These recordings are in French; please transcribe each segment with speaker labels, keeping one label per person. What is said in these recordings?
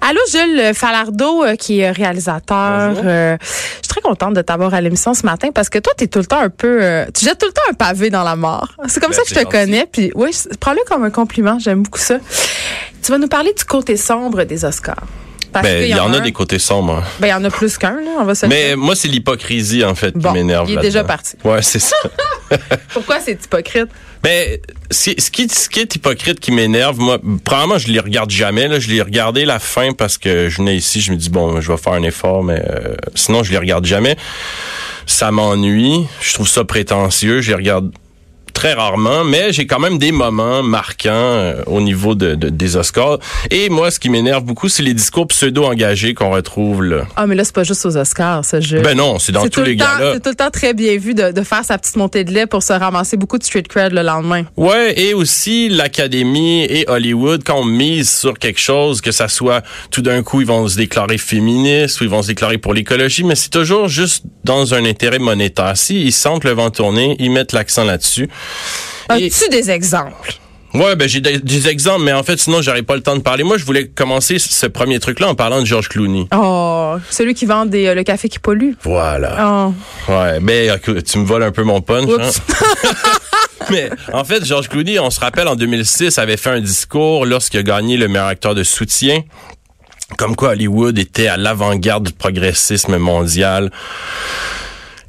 Speaker 1: Allô, Jules Falardeau, euh, qui est réalisateur.
Speaker 2: Bonjour.
Speaker 1: Euh, je suis très contente de t'avoir à l'émission ce matin parce que toi, tu es tout le temps un peu. euh, tu jettes tout le temps un pavé dans la mort. C'est comme
Speaker 2: Ben,
Speaker 1: ça que je te
Speaker 2: c'est gentil.
Speaker 1: connais. Puis, oui, je- prends-le comme un compliment. J'aime beaucoup ça. Tu vas nous parler du côté sombre des Oscars. Parce
Speaker 2: Ben,
Speaker 1: qu'il
Speaker 2: il y en a
Speaker 1: un-
Speaker 2: des côtés sombres. hein.
Speaker 1: Ben, il y en a plus qu'un, là. On va se le
Speaker 2: Mais
Speaker 1: dire.
Speaker 2: moi, c'est l'hypocrisie, en fait,
Speaker 1: Bon,
Speaker 2: qui m'énerve.
Speaker 1: il est
Speaker 2: là-dedans.
Speaker 1: déjà parti.
Speaker 2: Ouais, c'est ça.
Speaker 1: Pourquoi c'est hypocrite?
Speaker 2: Mais ce ce qui, ce qui est hypocrite qui m'énerve, moi, probablement, je les regarde jamais. Là. Je les regardais la fin parce que je venais ici, je me dis, bon, je vais faire un effort, mais euh, sinon, je les regarde jamais. Ça m'ennuie. Je trouve ça prétentieux. Je les regarde très rarement, mais j'ai quand même des moments marquants euh, au niveau de, de- des Oscars. Et moi, ce qui m'énerve beaucoup, c'est les discours pseudo-engagés qu'on retrouve là.
Speaker 1: Ah, mais là, c'est pas juste aux Oscars, ce jeu.
Speaker 2: Ben non, c'est dans
Speaker 1: Euh, c'est
Speaker 2: tous
Speaker 1: tout,
Speaker 2: les
Speaker 1: le temps-
Speaker 2: gars-là.
Speaker 1: c'est tout le temps très bien vu de, de faire sa petite montée de lait pour se ramasser beaucoup de street cred le lendemain.
Speaker 2: Ouais, et aussi l'Académie et Hollywood, quand on mise sur quelque chose, que ça soit tout d'un coup, ils vont se déclarer féministes ou ils vont se déclarer pour l'écologie, mais c'est toujours juste dans un intérêt monétaire. Si ils sentent le vent tourner, ils mettent l'accent là-dessus. Et-
Speaker 1: As-tu des exemples?
Speaker 2: Ouais, ben j'ai des, des exemples, mais en fait, sinon, j'aurais pas le temps de parler. Moi, je voulais commencer ce premier truc-là en parlant de George Clooney.
Speaker 1: Oh, celui qui vend des, euh, le café qui pollue.
Speaker 2: Voilà.
Speaker 1: Oh.
Speaker 2: Ouais, ben écoute, tu me voles un peu mon punch. hein.
Speaker 1: Oups.
Speaker 2: Mais en fait, Georges Clooney, on se rappelle, en 2006, avait fait un discours lorsqu'il a gagné le meilleur acteur de soutien. Comme quoi Hollywood était à l'avant-garde du progressisme mondial.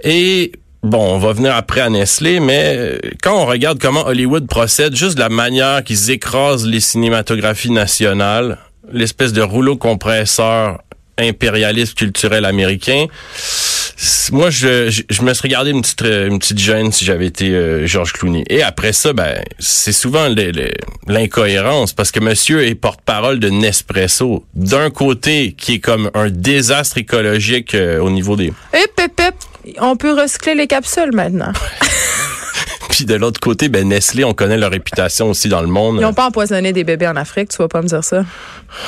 Speaker 2: Et bon, on va venir après à Nestlé, mais euh, quand on regarde comment Hollywood procède, juste de la manière qu'ils écrasent les cinématographies nationales, l'espèce de rouleau compresseur impérialiste culturel américain, c- moi je, je, je me serais gardé une petite euh, une petite gêne si j'avais été euh, Georges Clooney. Et après ça, ben c'est souvent les- les- l'incohérence parce que Monsieur est porte-parole de Nespresso. D'un côté, qui est comme un désastre écologique euh, au niveau des
Speaker 1: Hip, hip, hip. On peut recycler les capsules maintenant.
Speaker 2: Puis de l'autre côté, ben Nestlé, on connaît leur réputation aussi dans le monde.
Speaker 1: Ils n'ont pas empoisonné des bébés en Afrique, tu vas pas me dire ça.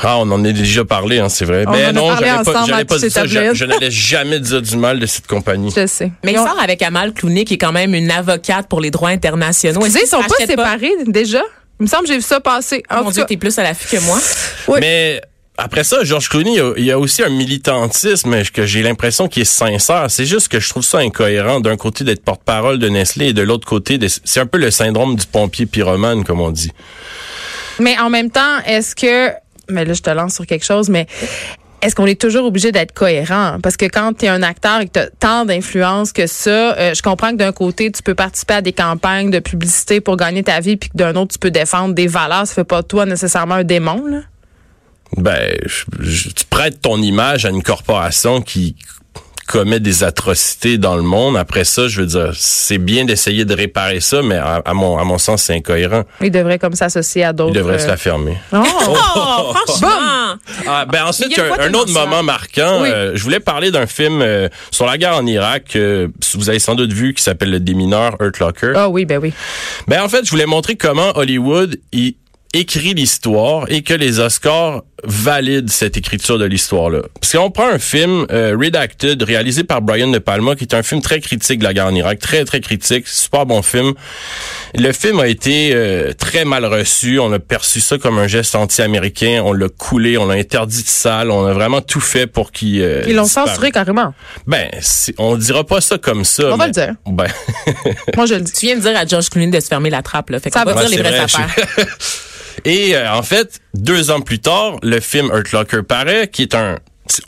Speaker 2: Ah, on en a déjà parlé, hein, c'est vrai.
Speaker 1: On en a
Speaker 2: ben non,
Speaker 1: parlé
Speaker 2: j'allais pas,
Speaker 1: ensemble
Speaker 2: j'allais
Speaker 1: à
Speaker 2: pas
Speaker 1: tous ces
Speaker 2: dire ça. Je,
Speaker 1: tablettes.
Speaker 2: je n'allais jamais dire du mal de cette compagnie.
Speaker 1: Je sais.
Speaker 3: Mais il
Speaker 1: Ils ont-
Speaker 3: sort avec Amal Clooney, qui est quand même une avocate pour les droits internationaux.
Speaker 1: Tu sais, ils sont pas
Speaker 3: Achète
Speaker 1: séparés déjà. Il me semble que j'ai vu ça passer. En
Speaker 3: Oh Mon
Speaker 1: tout
Speaker 3: Dieu,
Speaker 1: cas,
Speaker 3: t'es hein. plus à l'affût que moi.
Speaker 1: Oui.
Speaker 2: Mais après ça, Georges Clooney, il y a- il y, a aussi un militantisme que j'ai l'impression qui est sincère. C'est juste que je trouve ça incohérent d'un côté d'être porte-parole de Nestlé et de l'autre côté, de- c'est un peu le syndrome du pompier pyromane, comme on dit.
Speaker 1: Mais en même temps, est-ce que. Mais là, je te lance sur quelque chose, mais est-ce qu'on est toujours obligé d'être cohérent? Parce que quand tu es un acteur et que tu as tant d'influence que ça, euh, je comprends que d'un côté, tu peux participer à des campagnes de publicité pour gagner ta vie, puis que d'un autre, tu peux défendre des valeurs. Ça fait pas de toi nécessairement un démon, là.
Speaker 2: Ben, je- je- tu prêtes ton image à une corporation qui commet des atrocités dans le monde. Après ça, je veux dire, c'est bien d'essayer de réparer ça, mais à, à mon, à mon sens, c'est incohérent.
Speaker 1: Il devrait comme s'associer à d'autres.
Speaker 2: Il devrait se
Speaker 1: euh,
Speaker 2: la fermer.
Speaker 1: non.
Speaker 3: Oh, franchement!
Speaker 2: Ah, ben ensuite,
Speaker 3: Mais il y a
Speaker 2: un,
Speaker 3: une fois
Speaker 2: un
Speaker 3: tellement
Speaker 2: autre
Speaker 3: ça.
Speaker 2: moment marquant,
Speaker 1: Oui.
Speaker 2: euh, je voulais parler d'un film euh, sur la guerre en Irak, euh, vous avez sans doute vu, qui s'appelle Le Démineur, Earth Locker.
Speaker 1: Ah oui, ben oui.
Speaker 2: Ben en fait, je voulais montrer comment Hollywood il écrit l'histoire et que les Oscars valident cette écriture de l'histoire-là. Parce qu'on prend un film euh, Redacted, réalisé par Brian De Palma, qui est un film très critique de la guerre en Irak, très très critique, super bon film. Le film a été euh, très mal reçu, on a perçu ça comme un geste anti-américain, on l'a coulé, on l'a interdit de salle, on a vraiment tout fait pour qu'il... euh,
Speaker 1: Ils l'ont
Speaker 2: disparaisse.
Speaker 1: censuré carrément.
Speaker 2: Ben, c'est- on dira pas ça comme ça.
Speaker 1: On va
Speaker 2: mais-
Speaker 1: le dire.
Speaker 2: Ben,
Speaker 1: Moi, je le dis.
Speaker 3: Tu viens de dire à George Clooney de se fermer la trappe, là. Fait qu'on
Speaker 1: Ça
Speaker 3: va
Speaker 1: va.
Speaker 3: dire les
Speaker 2: Ouais,
Speaker 3: vraies
Speaker 2: c'est vrai,
Speaker 3: affaires.
Speaker 2: Et euh, en fait, deux ans plus tard, le film Hurt Locker paraît, qui est un,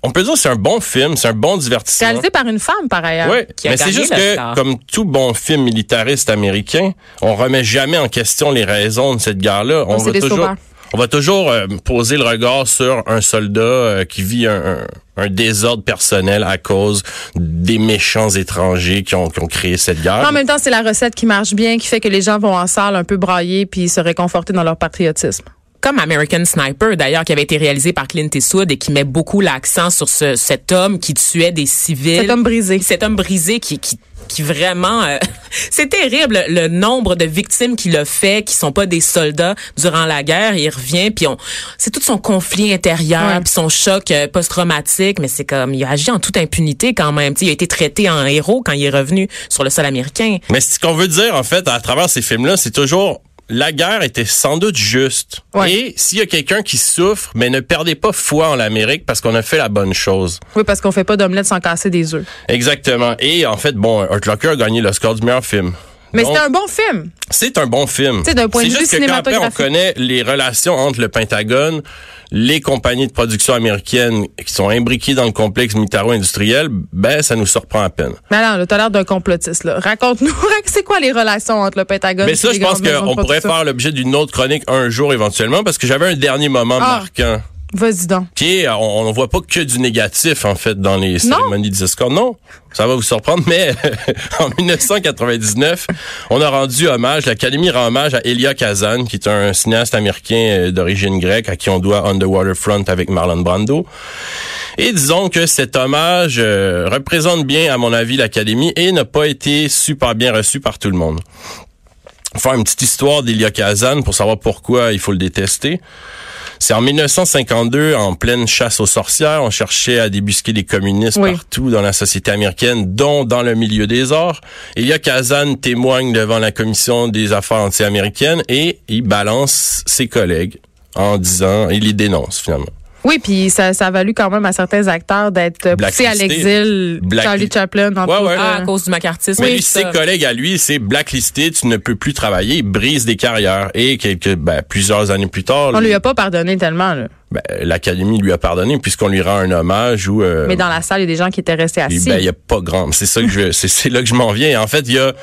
Speaker 2: on peut dire que c'est un bon film, c'est un bon divertissement.
Speaker 1: Réalisé par une femme, par ailleurs.
Speaker 2: Ouais,
Speaker 3: qui a
Speaker 2: mais c'est
Speaker 3: gagné
Speaker 2: juste
Speaker 3: le
Speaker 2: que,
Speaker 3: Star.
Speaker 2: comme tout bon film militariste américain, on remet jamais en question les raisons de cette guerre-là. On,
Speaker 1: c'est
Speaker 2: va
Speaker 1: des
Speaker 2: toujours,
Speaker 1: sauveurs.
Speaker 2: on va toujours euh, poser le regard sur un soldat euh, qui vit un, un- un désordre personnel à cause des méchants étrangers qui ont, qui ont créé cette guerre.
Speaker 1: Mais En même temps, c'est la recette qui marche bien, qui fait que les gens vont en salle un peu brailler puis se réconforter dans leur patriotisme.
Speaker 3: Comme American Sniper, d'ailleurs, qui avait été réalisé par Clint Eastwood et qui met beaucoup l'accent sur ce, cet homme qui tuait des civils.
Speaker 1: Cet homme brisé.
Speaker 3: Cet homme brisé qui, qui, qui vraiment... euh, c'est terrible le nombre de victimes qu'il a fait, qui sont pas des soldats durant la guerre. Il revient, puis on... C'est tout son conflit intérieur,
Speaker 1: Ouais.
Speaker 3: puis son choc euh, post-traumatique, mais c'est comme... Il agit en toute impunité quand même. Tu sais, il a été traité en héros quand il est revenu sur le sol américain.
Speaker 2: Mais ce qu'on veut dire, en fait, à travers ces films-là, c'est toujours la guerre était sans doute juste.
Speaker 1: Ouais.
Speaker 2: Et s'il y a quelqu'un qui souffre, mais ne perdez pas foi en l'Amérique parce qu'on a fait la bonne chose.
Speaker 1: Oui, parce qu'on fait pas d'omelette sans casser des œufs.
Speaker 2: Exactement. Et en fait, bon, Hurt Locker a gagné le score du meilleur film.
Speaker 1: Mais
Speaker 2: Donc,
Speaker 1: c'était un bon film.
Speaker 2: c'est un bon film.
Speaker 1: C'est d'un point de
Speaker 2: juste
Speaker 1: vue
Speaker 2: que quand après, on
Speaker 1: cinématographique.
Speaker 2: connaît les relations entre le Pentagone, les compagnies de production américaines qui sont imbriquées dans le complexe militaro-industriel, ben ça nous surprend à peine.
Speaker 1: Mais alors, là, t'as l'air d'un complotiste, là. Raconte-nous, c'est quoi les relations entre le Pentagone
Speaker 2: Mais ça,
Speaker 1: et les
Speaker 2: je pense
Speaker 1: grandes maisons de
Speaker 2: qu'on pourrait
Speaker 1: production?
Speaker 2: faire l'objet d'une autre chronique un jour éventuellement, parce que j'avais un dernier moment
Speaker 1: Ah.
Speaker 2: marquant.
Speaker 1: Vas-y donc.
Speaker 2: Puis euh, on ne voit pas que du négatif en fait dans les
Speaker 1: Non.
Speaker 2: cérémonies des Oscars. Non, ça va vous surprendre, mais en 1999, on a rendu hommage, l'Académie rend hommage à Elia Kazan, qui est un cinéaste américain euh, d'origine grecque à qui on doit Underwater Front avec Marlon Brando. Et disons que cet hommage euh, représente bien, à mon avis, l'Académie et n'a pas été super bien reçu par tout le monde. Faire une petite histoire d'Elia Kazan pour savoir pourquoi il faut le détester. C'est en 1952, en pleine chasse aux sorcières, on cherchait à débusquer les communistes
Speaker 1: Oui.
Speaker 2: partout dans la société américaine, dont dans le milieu des arts. Elia Kazan témoigne devant la commission des affaires anti-américaines et il balance ses collègues en disant, il les dénonce finalement.
Speaker 1: Oui, puis ça, ça a valu quand même à certains acteurs d'être euh, poussés à
Speaker 2: Blacklistés.
Speaker 1: l'exil.
Speaker 2: Black-
Speaker 1: Charlie Chaplin, entre
Speaker 2: Ouais,
Speaker 1: autres,
Speaker 2: ouais.
Speaker 1: euh,
Speaker 3: Ah, à cause du macartisme.
Speaker 2: Mais
Speaker 3: Oui,
Speaker 2: lui,
Speaker 3: ça.
Speaker 2: ses collègues à lui, c'est blacklisté, tu ne peux plus travailler, il brise des carrières. Et quelques, ben, plusieurs années plus tard,
Speaker 1: on
Speaker 2: lui-
Speaker 1: lui a pas pardonné tellement, là.
Speaker 2: ben, l'académie lui a pardonné puisqu'on lui rend un hommage où. euh,
Speaker 1: Mais dans la salle, il y a des gens qui étaient restés
Speaker 2: et
Speaker 1: assis.
Speaker 2: ben, il y a pas grand. C'est ça que je, c'est, c'est là que je m'en viens. Et en fait, il y a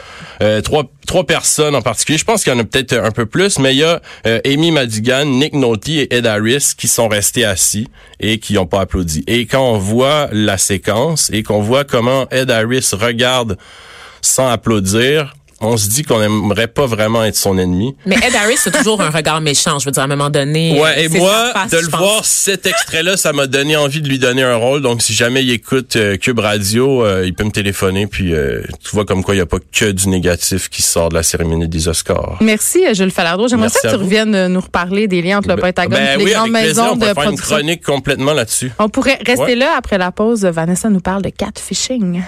Speaker 2: euh, trois trois personnes en particulier. Je pense qu'il y en a peut-être un peu plus, mais il y a euh, Amy Madigan, Nick Nolte et Ed Harris qui sont restés assis et qui n'ont pas applaudi. Et quand on voit la séquence et qu'on voit comment Ed Harris regarde sans applaudir, on se dit qu'on n'aimerait pas vraiment être son ennemi.
Speaker 3: Mais Ed Harris a toujours un regard méchant, je veux dire, à un moment donné. euh,
Speaker 2: Ouais, et
Speaker 3: c'est
Speaker 2: moi,
Speaker 3: sa face,
Speaker 2: de
Speaker 3: je
Speaker 2: le
Speaker 3: pense.
Speaker 2: voir cet extrait-là, ça m'a donné envie de lui donner un rôle. Donc, si jamais il écoute euh, Cube Radio, euh, il peut me téléphoner. Puis, euh, tu vois comme quoi, il n'y a pas que du négatif qui sort de la cérémonie des Oscars.
Speaker 1: Merci, euh, Jules Falardeau. J'aimerais
Speaker 2: Merci
Speaker 1: ça que
Speaker 2: à
Speaker 1: tu
Speaker 2: vous.
Speaker 1: reviennes euh, nous reparler des liens entre le Pentagone et
Speaker 2: ben
Speaker 1: les
Speaker 2: oui,
Speaker 1: grandes
Speaker 2: avec plaisir,
Speaker 1: maisons
Speaker 2: on peut
Speaker 1: de
Speaker 2: faire une
Speaker 1: production.
Speaker 2: chronique complètement là-dessus.
Speaker 1: On pourrait rester
Speaker 2: Ouais.
Speaker 1: là après la pause. Vanessa nous parle de catfishing.